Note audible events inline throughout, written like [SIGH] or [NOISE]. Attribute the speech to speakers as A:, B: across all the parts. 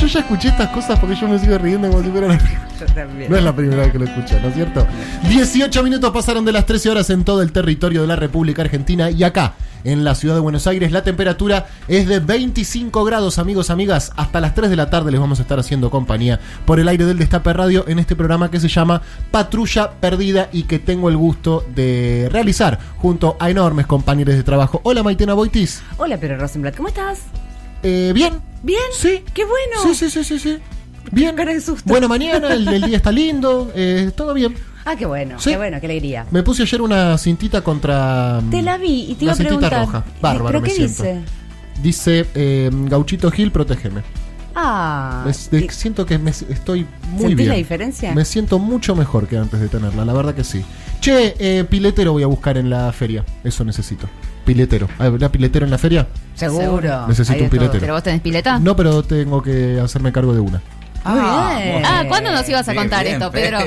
A: Yo ya escuché estas cosas porque yo me sigo riendo como si fuera la primera. No es la primera vez que lo escucho, ¿no es cierto? 18 minutos pasaron de las 13 horas en todo el territorio de la República Argentina y acá, en la ciudad de Buenos Aires, la temperatura es de 25 grados, amigos, amigas. Hasta las 3 de la tarde les vamos a estar haciendo compañía por el aire del Destape Radio en este programa que se llama Patrulla Perdida y que tengo el gusto de realizar junto a enormes compañeros de trabajo. Hola, Maitena Boitis.
B: Hola, pero Rosenblatt, ¿cómo estás?
A: Eh, ¿Bien?
B: ¿Bien?
A: Sí.
B: ¡Qué bueno!
A: Sí, sí, sí, sí, sí. Bien.
B: Cara de susto.
A: Buena mañana, el, el día está lindo, eh, todo bien.
B: Ah, qué bueno,
A: Sí.
B: qué bueno, qué alegría.
A: Me puse ayer una cintita contra. mm,
B: Te la vi y te
A: una
B: iba a
A: cintita
B: preguntar. Eh,
A: roja. Bárbaro,
B: ¿Pero
A: me
B: qué
A: siento.
B: dice?
A: Dice eh, Gauchito Gil, protégeme.
B: Ah,
A: Es de-
B: y-
A: siento que me, estoy muy
B: ¿Sentís
A: bien.
B: la diferencia?
A: Me siento mucho mejor que antes de tenerla, la verdad que sí. Che, eh, piletero voy a buscar en la feria. Eso necesito. Piletero. ¿Habrá piletero en la feria?
B: seguro.
A: Necesito
B: Hay de
A: un
B: todo.
A: piletero.
C: ¿Pero vos tenés pileta?
A: No, pero tengo que hacerme cargo de una.
B: Muy bien.
C: Ah, ¿cuándo nos ibas a contar
D: Eh, Bien,
C: esto, Pedro?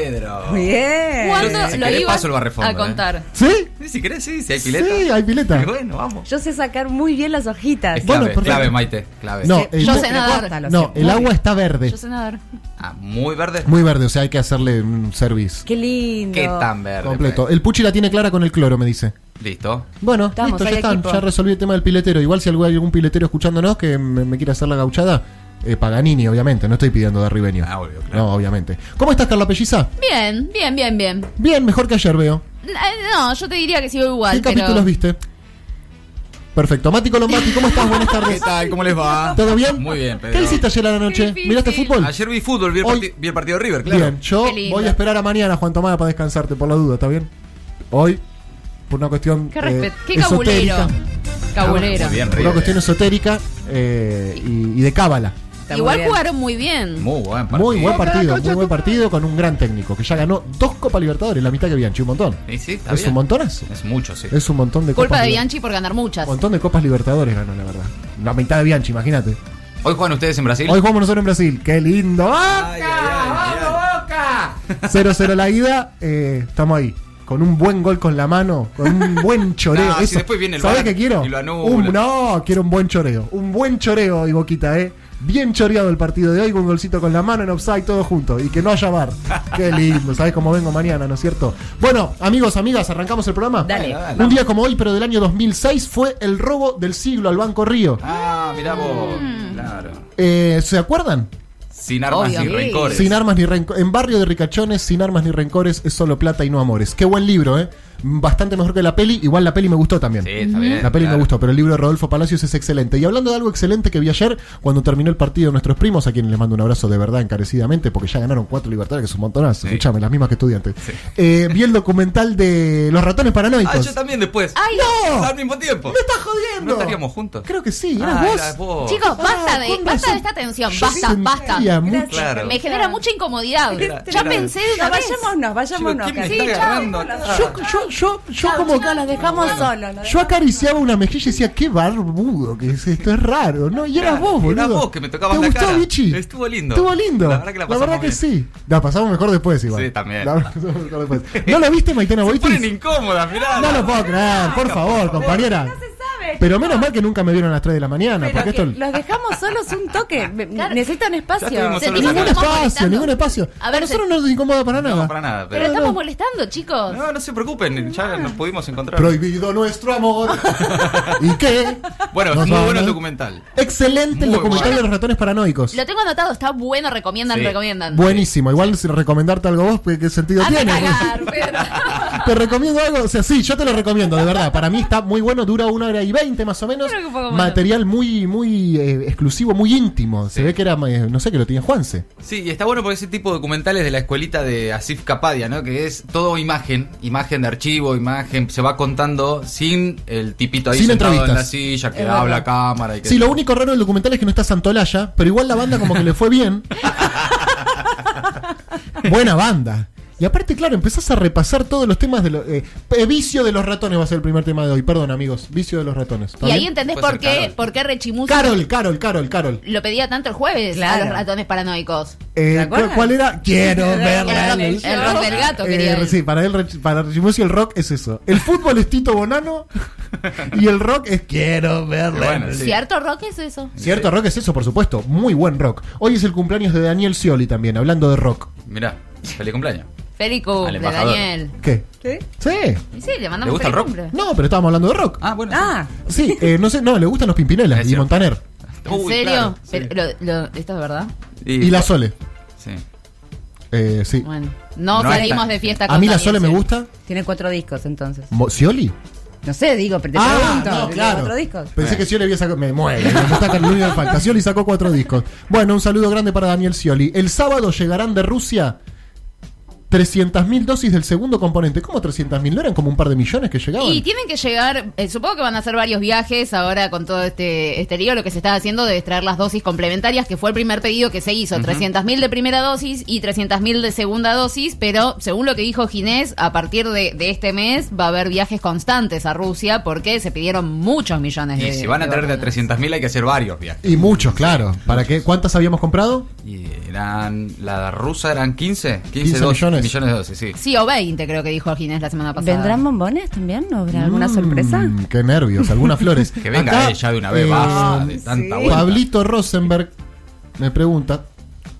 B: Muy bien.
C: ¿Cuándo
D: Si
C: lo
D: querés,
C: ibas
D: paso el ¿eh? barrefondo,
C: a contar?
A: ¿Sí?
D: Sí, Si querés, sí, si hay pileta.
A: Sí, hay pileta.
D: Y bueno, vamos.
B: Yo sé sacar muy bien las hojitas.
D: Es
A: Bueno,
D: clave,
A: perfecto.
D: clave, Maite, clave.
A: No,
B: Sí,
A: el-
C: yo
A: no,
C: sé nadar.
B: Lo
A: No,
B: sé.
A: el agua está verde.
C: Yo sé nadar.
D: Ah, muy verde.
A: Muy verde, o sea, hay que hacerle un service
B: Qué lindo.
D: ¿Qué tan verde?
A: completo. El Puchi la tiene clara con el cloro, me dice.
D: Maite? Listo.
A: Bueno,
B: Estamos,
A: listo, ya
B: hay
A: están.
B: equipo.
A: Ya resolví el tema del piletero. Igual si algún- hay algún piletero escuchándonos que me, me quiera hacer la gauchada, eh, Paganini, obviamente. No estoy pidiendo de Ribeño.
D: Ah, obvio, claro.
A: No, obviamente. ¿Cómo estás, Carla Pelliza?
C: Bien, bien, bien, bien.
A: Bien, mejor que ayer veo.
C: Eh, No, yo te diría que sigo igual,
A: ¿Qué
C: pero...
A: capítulos viste? Perfecto. Mati Colombati, ¿cómo estás? Buenas
D: ¿Qué
A: tardes.
D: tal? ¿Cómo les va?
A: ¿Todo bien?
D: Muy bien, Pedro.
A: ¿Qué hiciste ayer a la noche?
C: difícil.
A: ¿Miraste fútbol?
D: Ayer vi fútbol, vi el,
A: Hoy-
D: parti- vi el partido de River, claro.
A: Bien, yo
C: Qué lindo.
A: voy a esperar a mañana, Juan Tomada, para descansarte, por la duda, ¿está bien? Hoy, por una cuestión.
C: Qué
A: eh,
C: respeto. Qué
A: esotérica,
C: cabulero. Cabulero.
D: Muy bien,
A: Por una
D: River.
A: cuestión esotérica eh, y, y de cábala.
B: Está muy
C: Igual
B: bien.
C: jugaron muy bien.
D: Muy buen partido.
A: Muy buen partido, muy buen partido con un gran técnico que ya ganó dos Copa Libertadores, la mitad que Bianchi, un montón.
D: Sí, sí, está
A: Es
D: bien.
A: un montonazo.
D: Es mucho, sí.
A: Es un montón de
C: Culpa
A: copas.
C: de
A: Liber-
C: Bianchi por ganar muchas.
A: Un montón de Copas Libertadores ganó, la verdad. La mitad de Bianchi, imagínate.
D: Hoy juegan ustedes en Brasil.
A: Hoy jugamos nosotros en Brasil. ¡Qué lindo! ¡Ah! ¡Boca!
D: Ay, ay, ay, ay.
A: 0-0 la ida, eh, estamos ahí. Con un buen gol con la mano, con un buen choreo.
D: [LAUGHS] No, si
A: Eso.
D: después viene el
A: ¿Sabés
D: VAR
A: qué quiero?
D: y lo anula.
A: Un- no, quiero un buen choreo. Un buen choreo y boquita, ¿eh? Bien choreado el partido de hoy, con un golcito con la mano en offside, todo junto. Y que no haya
D: [LAUGHS]
A: bar. Qué lindo, ¿sabés cómo vengo mañana, no es cierto? Bueno, amigos, amigas, arrancamos el programa.
B: Dale.
A: Un día como hoy, pero del año 2006, fue el robo del siglo al Banco Río.
D: Ah, mirá vos. Claro.
A: Eh, ¿Se acuerdan?
D: Sin armas
C: Mm. Obvio.
D: ni
C: Sí.
D: rencores. Ah,
A: Sin armas ni rencores. En barrio de ricachones, sin armas ni rencores, es solo plata y no amores. Qué buen libro, ¿eh? Bastante mejor que la peli. Igual la peli me gustó también.
D: Sí, está bien.
A: La peli
D: claro.
A: me gustó, pero el libro de Rodolfo Palacios es excelente. Y hablando de algo excelente que vi ayer, cuando terminó el partido de nuestros primos, a quienes les mando un abrazo de verdad encarecidamente, porque ya ganaron cuatro libertades, que es un montonazo.
D: Sí.
A: Escuchame, las mismas que estudiantes. Eh, vi el documental de Los ratones paranoicos.
D: Ah, yo también después.
C: Ay,
A: ¡No!
D: Al mismo tiempo.
A: ¡Me estás jodiendo!
D: ¿No estaríamos juntos?
A: Creo que sí, eras
D: Ah,
A: vos.
D: eras vos.
C: Chicos, basta
A: Ah,
C: de,
A: con
C: basta
A: razón.
C: de esta tensión.
A: Yo
C: Basta, basta.
A: sentía mucho-
B: Gracias.
D: Claro.
C: Me genera mucha incomodidad.
D: Era-
C: Ya
D: era-
C: pensé de
B: No,
C: una vez.
B: vayámonos,
D: Chicos,
B: vayámonos.
D: ¿quién me
B: acá.
D: está agarrando acá?
A: Yo, yo, yo, yo como
B: Chicos, los dejamos solos. los
A: Yo acariciaba una mejilla y decía, qué barbudo que es esto, es raro, ¿no? Y eras vos, boludo.
D: Era vos que me tocabas
A: ¿Te
D: la
A: gustó,
D: cara.
A: Vichy?
D: Estuvo lindo.
A: Estuvo lindo.
D: La verdad que la pasamos bien.
A: sí. La pasamos mejor después, igual.
D: Sí, también.
A: La pasamos mejor
D: [LAUGHS]
A: después. ¿No la viste, Maitena
D: Se ponen
A: Boitis?
D: incómodas, mirá.
A: No lo puedo creer, por favor, compañera.
B: sabe,
A: Pero menos mal que nunca me vieron a las 3 de la mañana,
B: Pero
A: porque
B: que
A: esto...
B: los dejamos solos un toque. Me-
C: Claro.
B: Necesitan espacio.
D: estuvimos
B: Se-
D: solos.
C: Sentí que
A: Ningún
D: estamos
A: espacio,
C: molestando.
A: ningún espacio.
C: A ver,
A: nosotros
C: se-
A: no nos incomoda para nada.
D: No, para nada.
C: pero
D: Pero...
C: estamos molestando, chicos.
D: No, no se preocupen, ya nos pudimos encontrar.
A: Prohibido nuestro
D: [LAUGHS]
A: amor. ¿Y qué?
D: Bueno,
A: Nos
D: muy
A: vamos.
D: bueno el documental.
A: Excelente el
D: Muy
A: documental
D: bueno.
A: de los ratones paranoicos.
C: Lo tengo anotado, está bueno, recomiendan,
D: Sí.
C: recomiendan.
A: Buenísimo. Igual si recomendarte algo vos, pues, ¿qué sentido
C: Anda a
A: tiene? [LAUGHS]
C: cagar, Pedro.
A: Te recomiendo algo, o sea, sí, yo te lo recomiendo, de verdad. Para mí está muy bueno, dura una hora y veinte más o menos.
C: Creo que fue como
A: Material muy, muy eh, exclusivo, muy íntimo. Se
D: Sí.
A: ve que era, eh, no sé, que lo tiene Juanse.
D: Sí, y está bueno por ese tipo de documentales de la escuelita de Asif Kapadia, ¿no? Que es todo imagen, imagen de archivo, imagen, se va contando sin el tipito ahí
A: Sin
D: sentado en la
A: entrevistas.
D: silla que
B: Es
D: habla
B: verdad.
D: a cámara y que
A: Sí, lo único raro del documental es que no está
D: [LAUGHS]
A: Santolaya, pero igual la banda como que le fue bien. Buena banda. Y aparte, claro, empezás a repasar todos los temas de los. eh, eh, vicio de los ratones va a ser el primer tema de hoy. Perdón, amigos. Vicio de los ratones. ¿Está
C: Y ahí
A: bien?
C: entendés
D: Puede
C: por
D: ser
C: qué,
D: Carol.
C: por qué Rechimusa
A: Carol, Carol, Carol, Carol.
C: lo pedía tanto el jueves
B: Claro.
C: a los ratones paranoicos.
A: Eh,
B: ¿Te acuerdas?
A: ¿cu- ¿Cuál era? Quiero verla. en
C: El,
A: show.
C: rock del gato quería
A: Eh,
C: él.
A: sí, para él, Rech- para Rechimusi el rock es eso. El fútbol es Tito Bonano y el rock es quiero verla.
D: Bueno,
A: en el
D: sí.
C: ¿Cierto rock es eso?
A: Cierto rock es eso, por supuesto. Muy buen rock. Hoy es el cumpleaños de Daniel Scioli también, hablando de rock.
D: Mirá, feliz cumpleaños.
C: Federico,
D: Al
C: de
D: embajador.
C: Daniel.
A: ¿Qué?
B: ¿Sí?
A: Sí.
C: Y sí, le mandamos
D: ¿Le gusta
C: feliz
D: el rock?
C: cumple.
A: No, pero estábamos hablando de rock.
D: Ah, bueno.
B: Ah,
A: Sí, eh, no sé, no, le gustan los Pimpinelas
D: Es
A: y
D: cierto.
A: Montaner.
D: sí.
C: ¿En
D: Uy,
C: serio?
D: claro, sí.
C: Pero, lo- lo- ¿Esto es verdad?
A: Y la Sole.
D: Sí.
A: Eh, sí.
C: Bueno, no,
D: No
C: salimos
D: está.
C: de fiesta con
A: A mí la
C: Daniel
A: Sole me
C: Scioli.
A: gusta.
B: tiene cuatro discos entonces.
A: Mo- ¿Scioli?
B: No sé, digo, pero te pregunto.
A: Ah, no,
B: ¿tiene
A: claro.
B: cuatro discos?
A: Pensé que Scioli había sacado. Me muero. Me está con Luis de Falta. Scioli sacó cuatro discos. Bueno, un saludo grande para Daniel Scioli. El sábado llegarán de Rusia 300.000 dosis del segundo componente. ¿Cómo 300.000? ¿No eran como un par de millones que llegaban?
C: Y tienen que llegar, eh, supongo que van a hacer varios viajes ahora con todo este, este lío. Lo que se está haciendo de extraer las dosis complementarias, que fue el primer pedido que se hizo: 300.000 de primera dosis y 300.000 de segunda dosis. Pero según lo que dijo Ginés, a partir de, de este mes va a haber viajes constantes a Rusia porque se pidieron muchos millones de
D: Y si van a
C: de
D: traer de a
C: vacunas.
D: 300.000 hay que hacer varios viajes.
A: Y muchos, claro. ¿Para qué? ¿Cuántas habíamos comprado?
D: Y eran, la rusa eran 15, 15,
A: 15
D: dosis,
A: millones.
D: millones de dosis, sí.
C: Sí, o 20, creo que dijo Ginés la semana pasada.
B: ¿Vendrán bombones también? ¿No habrá alguna
A: Mm,
B: sorpresa?
A: Qué nervios, algunas flores.
D: [LAUGHS] Que venga
A: Acá,
D: eh, ya de una vez,
A: eh,
D: basta de tanta
B: sí.
D: vuelta.
A: Pablito Rosenberg me pregunta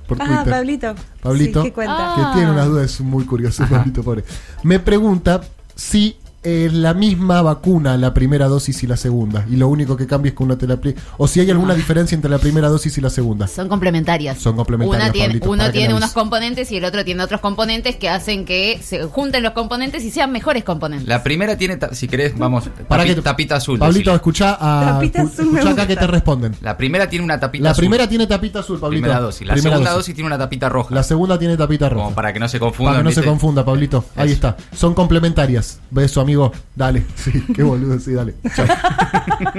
A: por
B: Ah,
A: Twitter.
B: Pablito.
A: Pablito. Ah,
B: Sí, ¿qué cuenta?
A: Que tiene unas dudas, es muy curioso, Pablito, pobre. Me pregunta si es la misma vacuna la primera dosis y la segunda. Y lo único que cambia es que una te la aplica. O si hay
D: Ah.
A: alguna diferencia entre la primera dosis y la segunda.
C: Son complementarias.
A: Son complementarias,
C: Una tiene,
A: Pablito,
C: uno
A: para que
C: tiene
A: la
C: unos
A: avises.
C: componentes y el otro tiene otros componentes que hacen que se junten los componentes y sean mejores componentes.
D: La primera tiene, ta- si querés, vamos,
A: Para
D: tapi-
A: que-
D: tapita azul.
A: Pablito,
D: decile.
A: escucha a.
B: Tapita azul me
A: Escucha acá
B: gusta.
A: que te responden.
D: La primera tiene una tapita
A: La
D: azul.
A: primera tiene tapita azul, Pablito.
D: primera dosis. La
A: Primera
D: segunda dosis. tiene una tapita roja.
A: La segunda tiene tapita roja.
D: Como para que no se
A: Para
D: confundan.
A: que no se
D: ¿viste?
A: confunda, Pablito. Ahí
D: Eso.
A: está. Son complementarias. Beso, amigo. Dale. [LAUGHS] Sí, qué boludo. Sí, dale. Chao. [LAUGHS]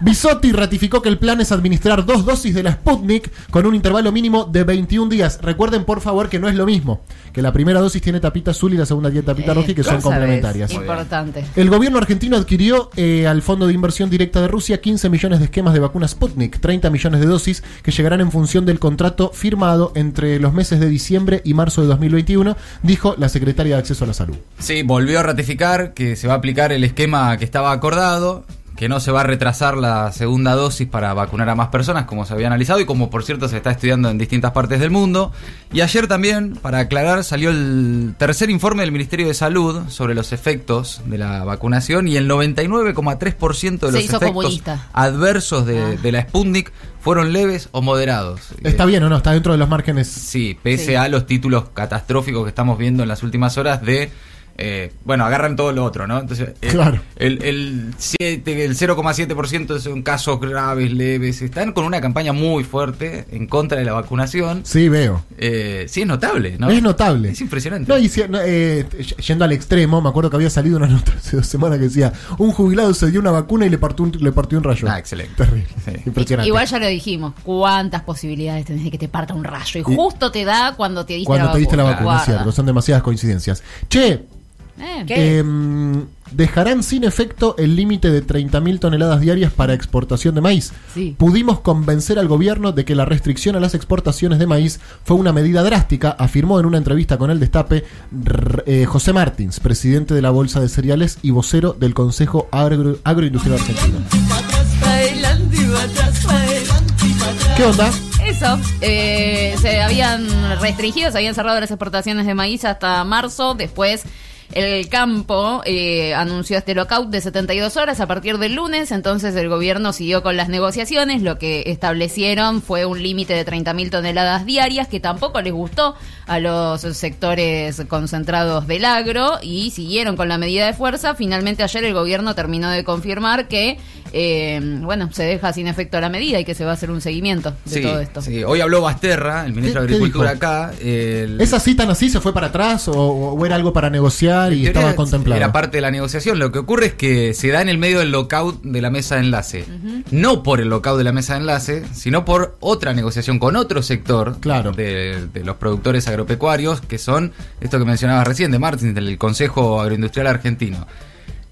A: Bisotti ratificó que el plan es administrar dos dosis de la Sputnik con un intervalo mínimo de 21 días. Recuerden, por favor, que no es lo mismo. Que la primera dosis tiene tapita azul y la segunda tiene tapita
C: Eh,
A: roja y que son
B: cosa
A: complementarias.
D: ves.
C: Importante.
A: El gobierno argentino adquirió eh, al Fondo de Inversión Directa de Rusia 15 millones de esquemas de vacunas Sputnik, 30 millones de dosis que llegarán en función del contrato firmado entre los meses de diciembre y marzo de 2021, dijo la secretaria de Acceso a la Salud.
D: Sí, volvió a ratificar que se va a aplicar el esquema que estaba acordado, que no se va a retrasar la segunda dosis para vacunar a más personas, como se había analizado y como por cierto se está estudiando en distintas partes del mundo. Y ayer también, para aclarar, salió el tercer informe del Ministerio de Salud sobre los efectos de la vacunación y el 99,3%
C: Se
D: de los
C: hizo
D: efectos
C: comunista. Ah.
D: adversos de, de la Sputnik fueron leves o moderados.
A: ¿Está
D: Eh,
A: bien o no? ¿Está dentro de los márgenes?
D: Sí, pese
C: Sí.
D: a los títulos catastróficos que estamos viendo en las últimas horas de... eh, bueno, agarran todo lo otro, ¿no? Entonces, eh,
A: Claro.
D: el, el, siete- el 0,7% son casos graves, leves. Están con una campaña muy fuerte en contra de la vacunación.
A: Sí, veo.
D: Eh, sí, es notable, ¿no?
A: Es notable.
D: Es impresionante.
A: No, y si- no, eh, y- yendo al extremo, me acuerdo que había salido una nota hace dos semanas que decía, un jubilado se dio una vacuna y le partió un, le partió un rayo.
D: Ah, excelente.
A: Terrible.
D: Sí.
A: Impresionante.
C: Igual ya lo dijimos, cuántas posibilidades tenés de que te parta un rayo. Y,
A: Y-
C: justo te da cuando te diste
A: Cuando
C: la
A: te diste la
C: vacuna.
A: vacuna, es
C: Guarda.
A: cierto. Son demasiadas coincidencias. Che,
C: Eh,
B: ¿Qué?
A: Em, dejarán sin efecto el límite de 30.000 toneladas diarias para exportación de maíz.
C: Sí.
A: Pudimos convencer al gobierno de que la restricción a las exportaciones de maíz fue una medida drástica, afirmó en una entrevista con el Destape r- eh, José Martins, presidente de la Bolsa de Cereales y vocero del Consejo Agro- Agroindustrial Argentino. ¿Qué onda?
C: Eso, eh, se habían restringido, se habían cerrado las exportaciones de maíz hasta marzo, después el campo eh, anunció este lockout de 72 horas a partir del lunes, entonces el gobierno siguió con las negociaciones, lo que establecieron fue un límite de 30.000 toneladas diarias que tampoco les gustó a los sectores concentrados del agro y siguieron con la medida de fuerza, finalmente ayer el gobierno terminó de confirmar que eh, bueno, se deja sin efecto la medida y que se va a hacer un seguimiento de
D: Sí,
C: todo esto.
D: sí. Hoy habló Basterra, el ministro
A: ¿Qué-
D: de
A: qué
D: Agricultura
A: dijo?
D: acá. el-
A: ¿Es así tan así? ¿Se fue para atrás? ¿O, o era algo para negociar y
D: teoría
A: estaba contemplado?
D: Era parte de la negociación. Lo que ocurre es que se da en el medio del lockout de la mesa de enlace. No por el lockout de la mesa de enlace, sino por otra negociación con otro sector
A: Claro.
D: de, de los productores agropecuarios, que son esto que mencionabas recién de Martín, del Consejo Agroindustrial Argentino.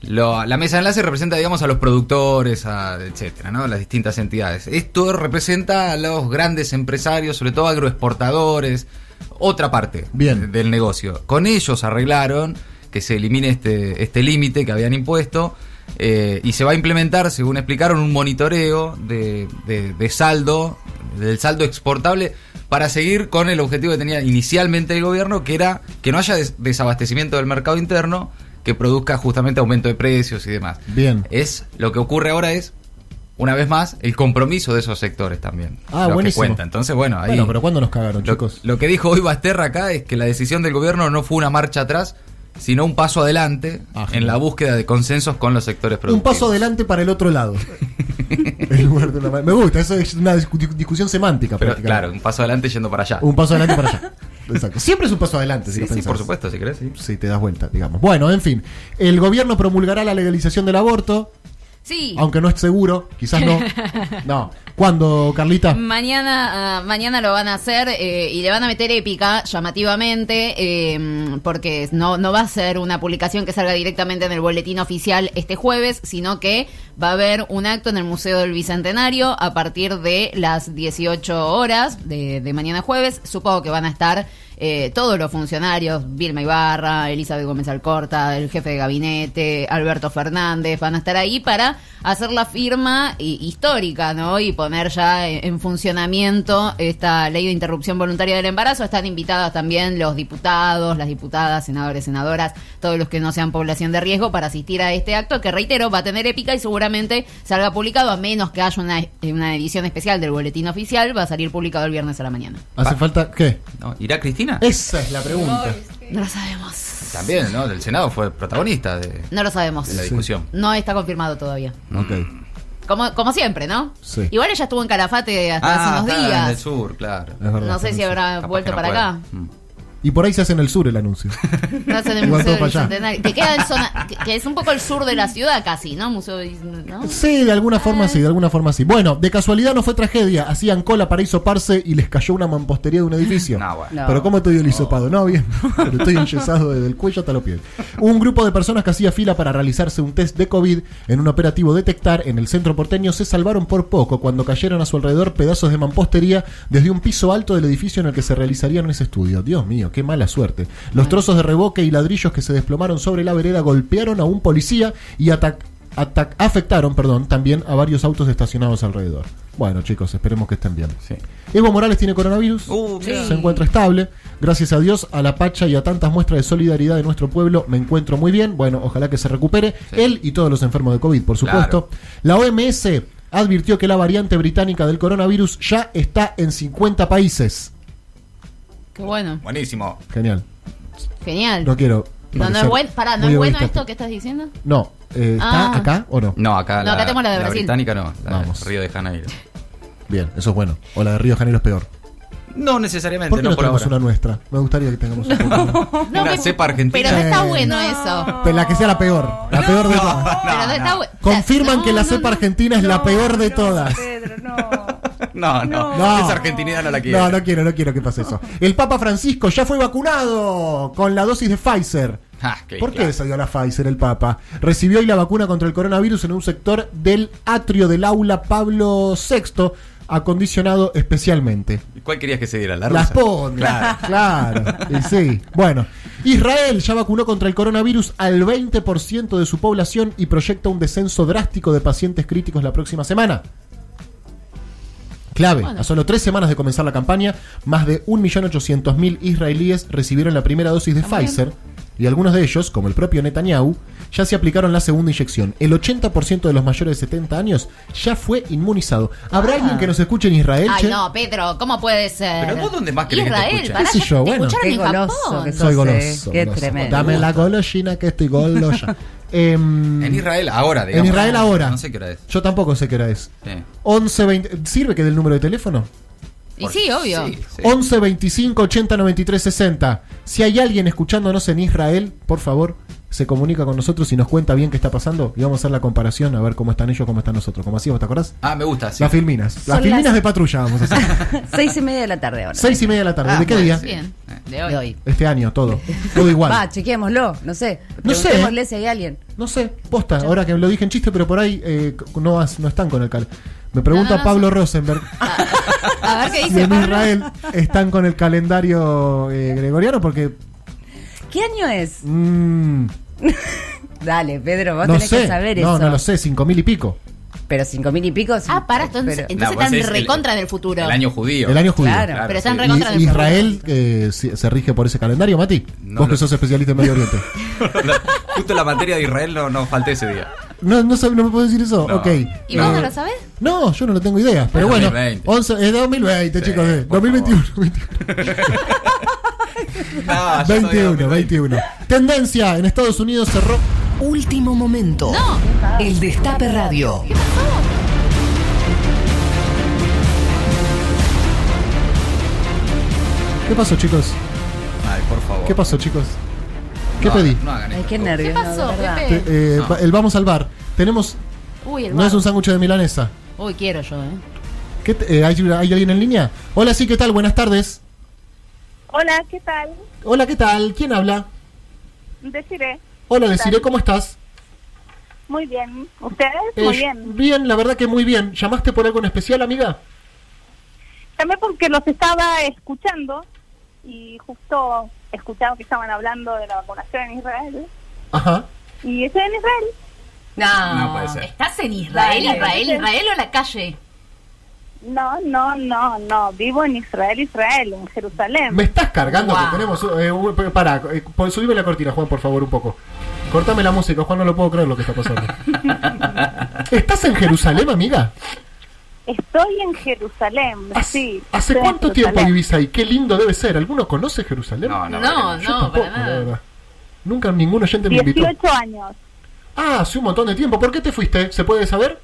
D: Lo- la mesa de enlace representa, digamos, a los productores, a, etcétera, ¿no? Las distintas entidades. Esto representa a los grandes empresarios, sobre todo agroexportadores, otra parte
A: Bien.
D: del negocio. Con ellos arreglaron que se elimine este este límite que habían impuesto eh, y se va a implementar, según explicaron, un monitoreo de, de- de saldo, del saldo exportable, para seguir con el objetivo que tenía inicialmente el gobierno, que era que no haya des- desabastecimiento del mercado interno, que produzca justamente aumento de precios y demás.
A: Bien.
D: Es lo que ocurre ahora es una vez más el compromiso de esos sectores también.
A: Ah,
D: lo que
A: buenísimo.
D: cuenta. Entonces, bueno, ahí
A: Bueno, pero ¿cuándo nos cagaron,
D: lo,
A: chicos?
D: lo que dijo hoy Basterra acá es que la decisión del gobierno no fue una marcha atrás, sino un paso adelante
A: Ah,
D: en la búsqueda de consensos con los sectores
A: Un
D: productivos.
A: paso adelante para el otro
D: [LAUGHS]
A: lado. En lugar de una ma- Me gusta, eso es una discu- discusión semántica
D: Pero
A: prácticamente.
D: claro, un paso adelante yendo para allá.
A: Un paso adelante para
D: [LAUGHS]
A: allá. Exacto. Siempre es un paso adelante, si
D: sí,
A: lo
D: sí,
A: pensás.
D: por supuesto, si querés. sí.
A: Si te das vuelta, digamos. Bueno, en fin. El gobierno promulgará la legalización del aborto,
C: Sí.
A: aunque no es seguro, quizás
C: [LAUGHS]
A: no. No. ¿Cuándo, Carlita?
C: Mm. Mañana, ah, mañana lo van a hacer eh, y le van a meter épica llamativamente eh, porque no, no va a ser una publicación que salga directamente en el boletín oficial este jueves, sino que va a haber un acto en el Museo del Bicentenario a partir de las 18 horas de, de mañana jueves. Supongo que van a estar eh, todos los funcionarios, Vilma Ibarra, Elizabeth Gómez Alcorta, el jefe de gabinete, Alberto Fernández, van a estar ahí para hacer la firma hi- histórica, ¿no? Y poner ya en en funcionamiento esta ley de interrupción voluntaria del embarazo. Están invitadas también los diputados, las diputadas, senadores, senadoras, todos los que no sean población de riesgo para asistir a este acto que, reitero, va a tener épica y seguramente salga publicado, a menos que haya una, una edición especial del boletín oficial, va a salir publicado el viernes a la mañana.
A: ¿Hace falta qué?
D: ¿No? ¿Irá Cristina?
A: Esa es la pregunta.
C: No lo sabemos.
D: También, ¿no? Del Senado fue protagonista de, de
C: No lo sabemos.
D: la discusión.
C: No está confirmado todavía.
A: Ok.
C: Como, como siempre, ¿no?
A: Sí.
C: Igual ella estuvo en Calafate hasta hace unos
D: Ah, está en el
C: días.
D: sur, claro.
A: Es verdad,
C: No sé si
A: Florencia.
C: habrá
D: Capaz
C: vuelto
D: que no
C: para
D: puede. [LAUGHS]
C: acá.
D: Mm.
A: Y por ahí se hace en el sur el
D: [LAUGHS]
A: anuncio.
C: No hacen el
A: Igual
C: Museo
A: todo
C: del
A: para allá.
C: Bicentenario. Que queda en zona. Que, que es un poco el sur de la ciudad casi, ¿no? Museo. del- ¿no?
A: Sí, de alguna forma sí, de alguna forma sí. Bueno, de casualidad no fue tragedia. Hacían cola para hisoparse y les cayó una mampostería de un edificio.
D: No, bueno.
B: No.
A: Pero ¿cómo te dio el hisopado? No, bien. [LAUGHS] Pero estoy enyesado desde el cuello hasta los pies. Un grupo de personas que hacía fila para realizarse un test de COVID en un operativo detectar en el centro porteño se salvaron por poco cuando cayeron a su alrededor pedazos de mampostería desde un piso alto del edificio en el que se realizarían ese estudio. Dios mío, qué mala suerte. Los trozos de reboque y ladrillos que se desplomaron sobre la vereda golpearon a un policía y atac- atac- afectaron perdón, también a varios autos estacionados alrededor. Bueno chicos, esperemos que estén bien.
D: Sí.
A: Evo Morales tiene coronavirus,
D: Uh, mirá.
A: se encuentra estable. Gracias a Dios, a la Pacha y a tantas muestras de solidaridad de nuestro pueblo, me encuentro muy bien. Bueno, ojalá que se recupere
D: Sí.
A: él y todos los enfermos de COVID, por supuesto. La OMS advirtió que la variante británica del coronavirus ya está en 50 países.
C: Qué bueno.
D: Buenísimo.
A: Genial.
C: Genial.
A: No quiero.
C: No, no es
A: parecer
C: bueno. Pará, ¿no
A: muy
C: es bueno
A: egoísta,
C: esto
A: pero-
C: que estás diciendo?
A: No. eh, ¿Está
C: Ah.
A: acá o no?
D: No, acá,
C: No, acá tenemos la de Brasil.
D: británica no, la de
A: Vamos.
D: Río de Janeiro.
A: Bien, eso es bueno. O la de Río de Janeiro es peor.
D: No necesariamente,
A: ¿Por qué no,
D: no por
A: tenemos
D: ahora.
A: una nuestra? Me gustaría que tengamos una. poco.
C: No,
D: Una
C: que-
D: cepa argentina.
C: Pero no está
A: Eh,
C: bueno eso.
A: Pero La que sea la peor. La peor de todas.
C: [LAUGHS] Pero no está bu-
A: Confirman
C: No,
A: que la
C: no,
A: cepa
C: no.
A: argentina es la peor de todas.
E: Pedro, no.
D: [LAUGHS] No, no,
A: No.
D: Esa argentinidad no la quiero.
A: No, no quiero, no quiero que pase eso. El Papa Francisco ya fue vacunado con la dosis de Pfizer.
D: Ah, qué
A: ¿Por
D: claro.
A: qué se dio la Pfizer el Papa? Recibió hoy la vacuna contra el coronavirus en un sector del atrio del aula Pablo VI, acondicionado especialmente.
D: ¿Y ¿Cuál querías que se diera? La rusa.
A: Las pon, claro, [LAUGHS] claro. Y sí. Bueno, Israel ya vacunó contra el coronavirus al 20% de su población y proyecta un descenso drástico de pacientes críticos la próxima semana. Clave, a solo tres semanas de comenzar la campaña, más de 1.800.000 israelíes recibieron la primera dosis de Pfizer y algunos de ellos, como el propio Netanyahu, ya se aplicaron la segunda inyección. El 80% de los mayores de 70 años ya fue inmunizado. ¿Habrá alguien que nos escuche en Israel?
C: Ah. Ay,
A: che?
C: no, Pedro, ¿cómo puede ser?
D: Pero vos dónde más querés que te
C: Israel,
D: escuchen.
C: pará,
A: Qué sé
C: ya
A: yo,
C: te
A: bueno.
C: escucharon
B: Qué
C: en
B: goloso
C: Japón.
B: que sos.
A: Soy
B: Entonces,
A: goloso.
B: qué
A: goloso.
B: tremendo. [LAUGHS]
A: Dame la golosina que estoy golosa. Em,
D: En Israel ahora, digamos.
A: En Israel ahora.
D: No sé qué hora es.
A: Yo tampoco sé qué hora es.
D: Sí.
A: 11 20 ¿Sirve que del número de teléfono?
C: Y sí, obvio.
D: Sí, sí.
A: 11 25 80 93 60. Si hay alguien escuchándonos en Israel, por favor, se comunica con nosotros y nos cuenta bien qué está pasando. Y vamos a hacer la comparación a ver cómo están ellos, cómo están nosotros. Como hacíamos, ¿te acordás?
D: Ah, me gusta. sí.
A: Las filminas. Las
B: Son
A: filminas
B: las-
A: de patrulla vamos a hacer.
B: [LAUGHS] [LAUGHS] Seis y media de la tarde ahora.
A: Seis y media de la
B: Ah,
A: tarde. ¿De qué
C: bueno,
A: día?
C: Bien, de hoy.
B: de hoy.
A: Este año,
B: [LAUGHS]
A: todo. Todo igual.
B: Va, chequémoslo, no sé.
A: No sé.
B: Preguntémosle si hay alguien.
A: No sé, posta, ahora que lo dije en chiste, pero por ahí eh, no, has- no están con el cal. Me pregunta
C: No, no, no,
A: Pablo
C: [LAUGHS]
A: Rosenberg
C: A ver qué
A: si [LAUGHS]
C: dice
A: en
C: Pablo.
A: Israel están con el calendario eh, gregoriano porque...
B: ¿Qué año es?
A: mm,
B: Dale, Pedro, vos
A: no
B: tenés
A: sé,
B: que saber
A: no,
B: eso.
A: no lo sé, cinco mil y pico.
B: Pero cinco mil y pico. sí.
C: Ah, para, entonces,
B: Pero-
D: No,
C: entonces
D: pues
C: están
D: es el-
C: recontra del futuro.
D: El año judío.
A: El año judío.
B: Claro.
C: Pero están
D: sí.
C: recontra del
A: Y-
C: futuro.
A: Israel eh, si- se rige por ese calendario, Mati.
D: No
A: Vos
D: lo-
A: que sos especialista en Medio
D: [LAUGHS]
A: Oriente.
D: Justo la materia de Israel no, no falté ese
A: [LAUGHS]
D: día.
A: No, no, sab- no me puedo decir eso.
D: No.
A: Ok.
C: ¿Y vos no
A: Eh,
C: lo sabés?
A: No, yo no lo tengo idea. Pero
D: Es
A: bueno,
D: 2020.
A: 11, es 2020,
D: Sí,
A: chicos. eh,
D: por
A: 2021. 21.
D: No, yo soy
A: 21,
D: hombre.
A: 21. Tendencia, en Estados Unidos cerró.
F: Último momento. El Destape Radio.
A: ¿Qué pasó, chicos?
D: Ay, por favor.
A: ¿Qué pasó, chicos? ¿Qué
D: No,
A: pedí?
D: No hagan
B: Ay,
D: esto.
B: qué nervios.
C: ¿Qué
B: no,
C: pasó,
B: de verdad.
C: Pepe?
A: Te- eh,
D: No.
A: va- El vamos al bar. Tenemos.
C: Uy, el
A: No es
C: barro.
A: un sándwich de milanesa.
C: Uy, quiero yo, ¿eh?
A: ¿Qué te- eh, ¿hay, hay alguien en línea? Hola, sí, ¿qué tal? Buenas tardes.
E: Hola, ¿qué tal?
A: Hola, ¿qué tal? ¿Quién habla?
E: Deciré.
A: Hola, Desiree, ¿cómo estás?
E: Muy bien. ¿Ustedes?
A: Eh,
E: Muy bien.
A: Bien, la verdad que muy bien. ¿Llamaste por algo en especial, amiga?
E: También porque los estaba escuchando y justo escuchaba que estaban hablando de la vacunación en Israel.
A: Ajá.
E: Y estoy en Israel.
B: No.
D: No puede ser.
C: ¿Estás en Israel,
E: Dale.
C: Israel, Israel o la calle?
E: No, no, no, no. Vivo en Israel, Israel, en Jerusalén.
A: Me estás cargando
C: Wow.
A: que tenemos. Eh, un- pará, eh, pon- subime la cortina, Juan, por favor, un poco. Cortame la música, Juan, no lo puedo creer lo que está pasando. ¿Estás en Jerusalén, amiga?
E: Estoy en Jerusalén,
A: ¿Hace,
E: sí.
A: ¿Hace
E: estoy en
A: cuánto
E: Jerusalén.
A: tiempo vivís ahí? Qué lindo debe ser. ¿Alguno conoce Jerusalén?
D: No, no.
C: No,
A: Yo
C: no,
A: tampoco,
C: para
A: la
C: nada.
A: verdad. Nunca ningún oyente me invitó.
E: 18 años.
A: Ah, hace un montón de tiempo. ¿Por qué te fuiste? ¿Se puede saber?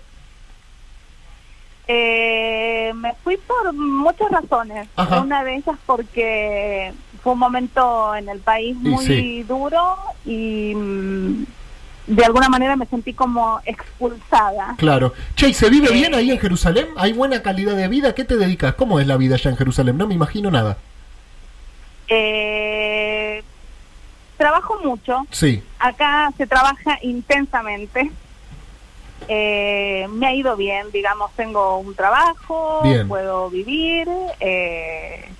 E: Eh, me fui por muchas razones.
A: Ajá.
E: Una de ellas porque fue un momento en el país
A: Y
E: muy
A: sí.
E: duro y mm, de alguna manera me sentí como expulsada.
A: Claro. Che, ¿y se vive
E: Eh.
A: bien ahí en Jerusalén? ¿Hay buena calidad de vida? ¿Qué te dedicas? ¿Cómo es la vida allá en Jerusalén? No me imagino nada.
E: Eh, trabajo mucho.
A: Sí.
E: Acá se trabaja intensamente. Eh, me ha ido bien, digamos, tengo un trabajo,
A: Bien.
E: puedo vivir, eh,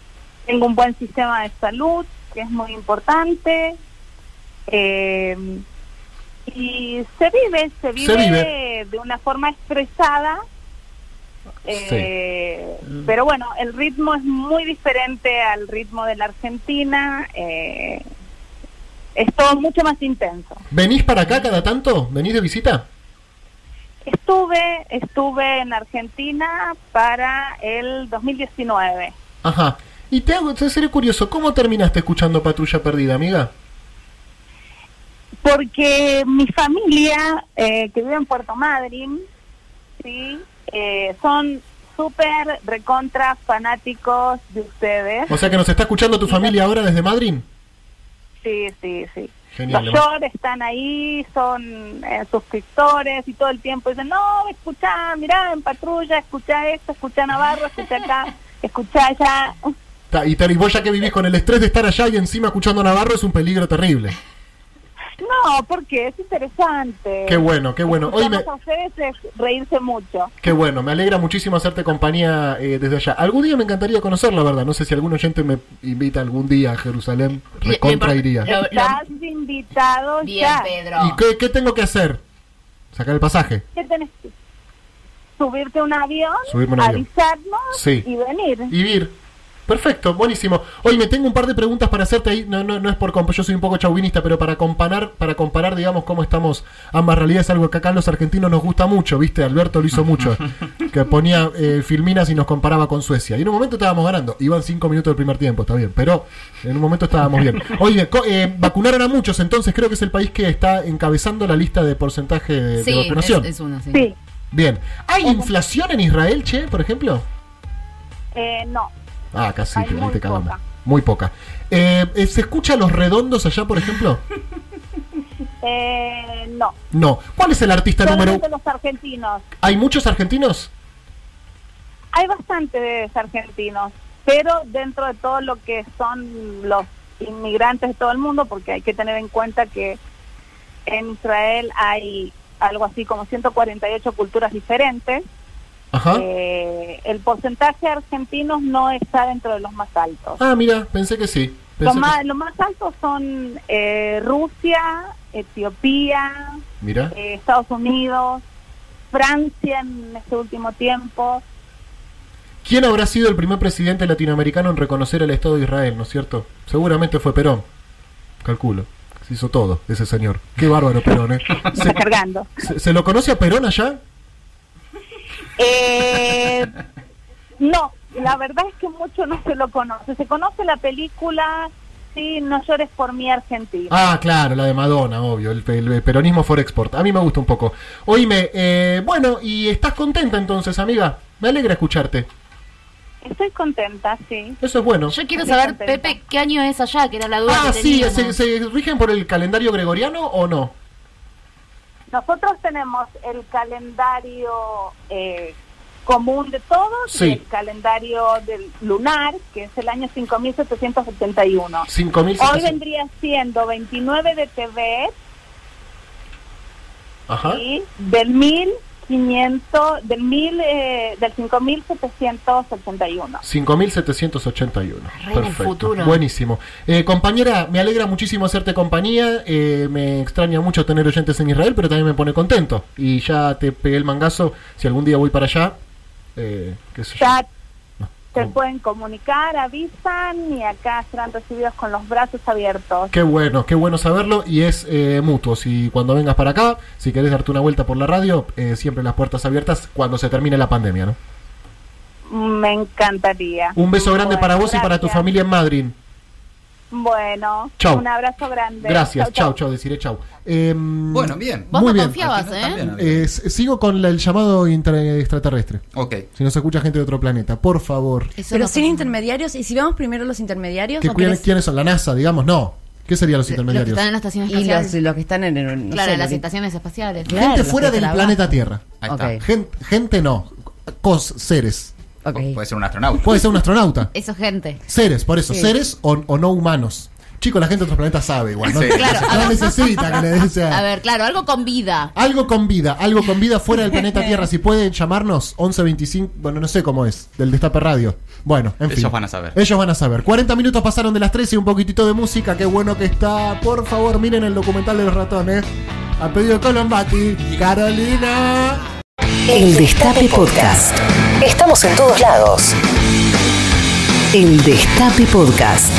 E: tengo un buen sistema de salud, que es muy importante. eh, y se vive, se vive,
A: vive.
E: de una forma estresada. eh, Pero bueno, el ritmo es muy diferente al ritmo de la Argentina. eh, es todo mucho más intenso.
A: ¿Venís para acá cada tanto? ¿Venís de visita?
E: Estuve, estuve en Argentina para el 2019.
A: Ajá. Y te hago, te seré curioso, ¿cómo terminaste escuchando Patrulla Perdida, amiga?
E: Porque mi familia, eh, que vive en Puerto Madryn, ¿sí? Eh, son súper recontra fanáticos de ustedes.
A: O sea que nos está escuchando tu familia ahora desde Madrid.
E: Sí, sí, sí.
A: Genial,
E: Los
A: Emma.
E: short están ahí, son eh, suscriptores y todo el tiempo dicen, no, escuchá, mirá, en patrulla, escuchá esto, escuchá Navarro, escuchá
A: [LAUGHS]
E: acá, escuchá allá.
A: Ta- Y, te- y vos ya que vivís con el estrés de estar allá y encima escuchando a Navarro es un peligro terrible.
E: No, porque es interesante.
A: Qué bueno, qué bueno. Hoy me-
E: Escucharlos a ustedes es reírse mucho.
A: Qué bueno, me alegra muchísimo hacerte compañía eh, desde allá. Algún día me encantaría conocer, la verdad. No sé si algún oyente me invita algún día a Jerusalén,
C: Le-
A: recontra
C: le-
A: iría.
C: Lo- lo-
E: Estás invitado
C: Bien,
E: ya.
C: Pedro.
A: ¿Y qué, qué tengo que hacer? Sacar el pasaje.
E: ¿Qué tenés que Subirte a un avión,
A: Subirme a un avión.
E: avisarnos
A: Sí.
E: y venir.
A: Y ir. Perfecto, buenísimo. Hoy me tengo un par de preguntas para hacerte ahí. No, no, no es por comp- yo soy un poco chauvinista, pero para comparar, para comparar, digamos, cómo estamos ambas realidades, algo que acá los argentinos nos gusta mucho, ¿viste? Alberto lo hizo mucho, que ponía eh, filminas y nos comparaba con Suecia. Y en un momento estábamos ganando, iban cinco minutos del primer tiempo, está bien, pero en un momento estábamos bien. Oye, co- eh, vacunaron a muchos, entonces creo que es el país que está encabezando la lista de porcentaje de, de
C: Sí, es,
A: vacunación.
C: es uno, sí.
E: Sí,
A: Bien. ¿Hay inflación en Israel, che, por ejemplo?
E: eh, no.
A: Ah, casi,
E: Hay
A: te, ahí
E: muy
A: te cagamos.
E: poca.
A: Muy poca. Eh, eh, ¿Se escucha a los redondos allá, por
E: [LAUGHS]
A: ejemplo?
E: Eh, no.
A: No. ¿Cuál es el artista número
E: Solamente
A: uno?
E: los argentinos.
A: ¿Hay muchos argentinos?
E: Hay bastantes argentinos, pero dentro de todo lo que son los inmigrantes de todo el mundo, porque hay que tener en cuenta que en Israel hay algo así como 148 culturas diferentes,
A: Ajá.
E: eh, el porcentaje de argentinos no está dentro de los más altos.
A: Ah, mira, pensé que sí.
E: Los
A: Pensé
E: más,
A: que-
E: los más altos son eh, Rusia, Etiopía,
A: Mira.
E: eh, Estados Unidos, Francia en este último tiempo.
A: ¿Quién habrá sido el primer presidente latinoamericano en reconocer el Estado de Israel, no es cierto? Seguramente fue Perón. Calculo. Se hizo todo, ese señor. Qué bárbaro Perón, ¿eh?
E: Me
A: ¿Se,
E: está cargando.
A: se- se lo conoce a Perón allá?
E: Eh, no, la verdad es que mucho no se lo conoce. Se conoce la película, sí, no llores por mi Argentina.
A: Ah, claro, la de Madonna, obvio, el, el- el peronismo for export. A mí me gusta un poco. Oíme, eh, bueno, y estás contenta entonces, amiga. Me alegra escucharte.
E: Estoy contenta, sí.
A: Eso es bueno.
G: Yo quiero
E: Estoy
G: saber,
E: contenta.
G: Pepe, qué año es allá, que era la duda
A: Ah,
G: que
A: sí,
G: teníamos.
A: ¿se, se rigen por el calendario gregoriano o no?
E: Nosotros tenemos el calendario eh, común de todos,
A: Sí.
E: y el calendario del lunar, que es el año 5771. Hoy
A: 5.700.
E: vendría siendo 29 de Tebet
A: Ajá.
E: y del 1500, del, mil, eh, del 5771.
A: 5.781.
G: en el
A: Perfecto.
G: futuro.
A: Buenísimo. Eh, compañera, me alegra muchísimo hacerte compañía. eh, me extraña mucho tener oyentes en Israel, pero también me pone contento. Y ya te pegué el mangazo. Si algún día voy para allá, eh, qué sé yo.
E: Ya se
A: ¿Cómo?
E: pueden comunicar, avisan y acá serán recibidos con los brazos abiertos.
A: Qué bueno, qué bueno saberlo y es eh, mutuo. Si cuando vengas para acá, si querés darte una vuelta por la radio, eh, siempre las puertas abiertas cuando se termine la pandemia, ¿no?
E: Me encantaría.
A: Un beso grande
E: Bueno,
A: para vos y para tu
E: gracias.
A: familia en Madrid.
E: Bueno,
A: Chau.
E: un abrazo grande.
A: Gracias,
E: Chau,
A: chau,
E: chau.
A: chau, deciré chau. Eh,
D: Bueno, bien.
C: Vos
A: Muy
C: no
A: bien.
C: confiabas,
D: Al
C: ¿eh?
D: final también, amigo.
A: eh, s- sigo con la- el llamado intra- extraterrestre.
D: Ok.
A: Si nos escucha gente de otro planeta, por favor.
C: Eso
B: Pero
C: no
B: sin
C: pasa.
B: intermediarios, y si vamos primero los intermediarios,
A: ¿Qué,
B: ¿o
A: ¿quién-
B: querés-
A: ¿Quiénes son? ¿La NASA, digamos? No. ¿Qué serían los
C: Los que
A: intermediarios?
C: están en la estación
B: y
C: espacial.
B: los, los que están en el, no
C: claro,
B: sé,
C: las
B: lo que-
C: estaciones espaciales.
B: Claro.
A: Gente
B: los
A: fuera
B: que
A: del
B: trabajan.
A: planeta Tierra.
D: Ahí está.
B: Ok.
A: Gen- gente no. Cos, seres.
B: Ok.
D: Pu- Puede ser un astronauta.
A: Puede ser un astronauta.
C: Eso es gente.
A: Seres, por eso, seres o, o no humanos. Chicos, la gente de otros planetas sabe igual, ¿no?
D: Sí.
C: Claro,
A: No necesita que le des, o sea,
C: A ver, claro, algo con vida.
A: Algo con vida, algo con vida fuera del planeta Tierra. Si pueden llamarnos, 1125, bueno, no sé cómo es, del Destape Radio. Bueno, en fin.
D: Ellos van a saber.
A: Ellos van a saber. 40 minutos pasaron de las 13 y un poquitito de música. Qué bueno que está. Por favor, miren el documental de los ratones. A pedido de Colombati, Carolina.
F: El Destape Podcast. Estamos en todos lados. El Destape Podcast.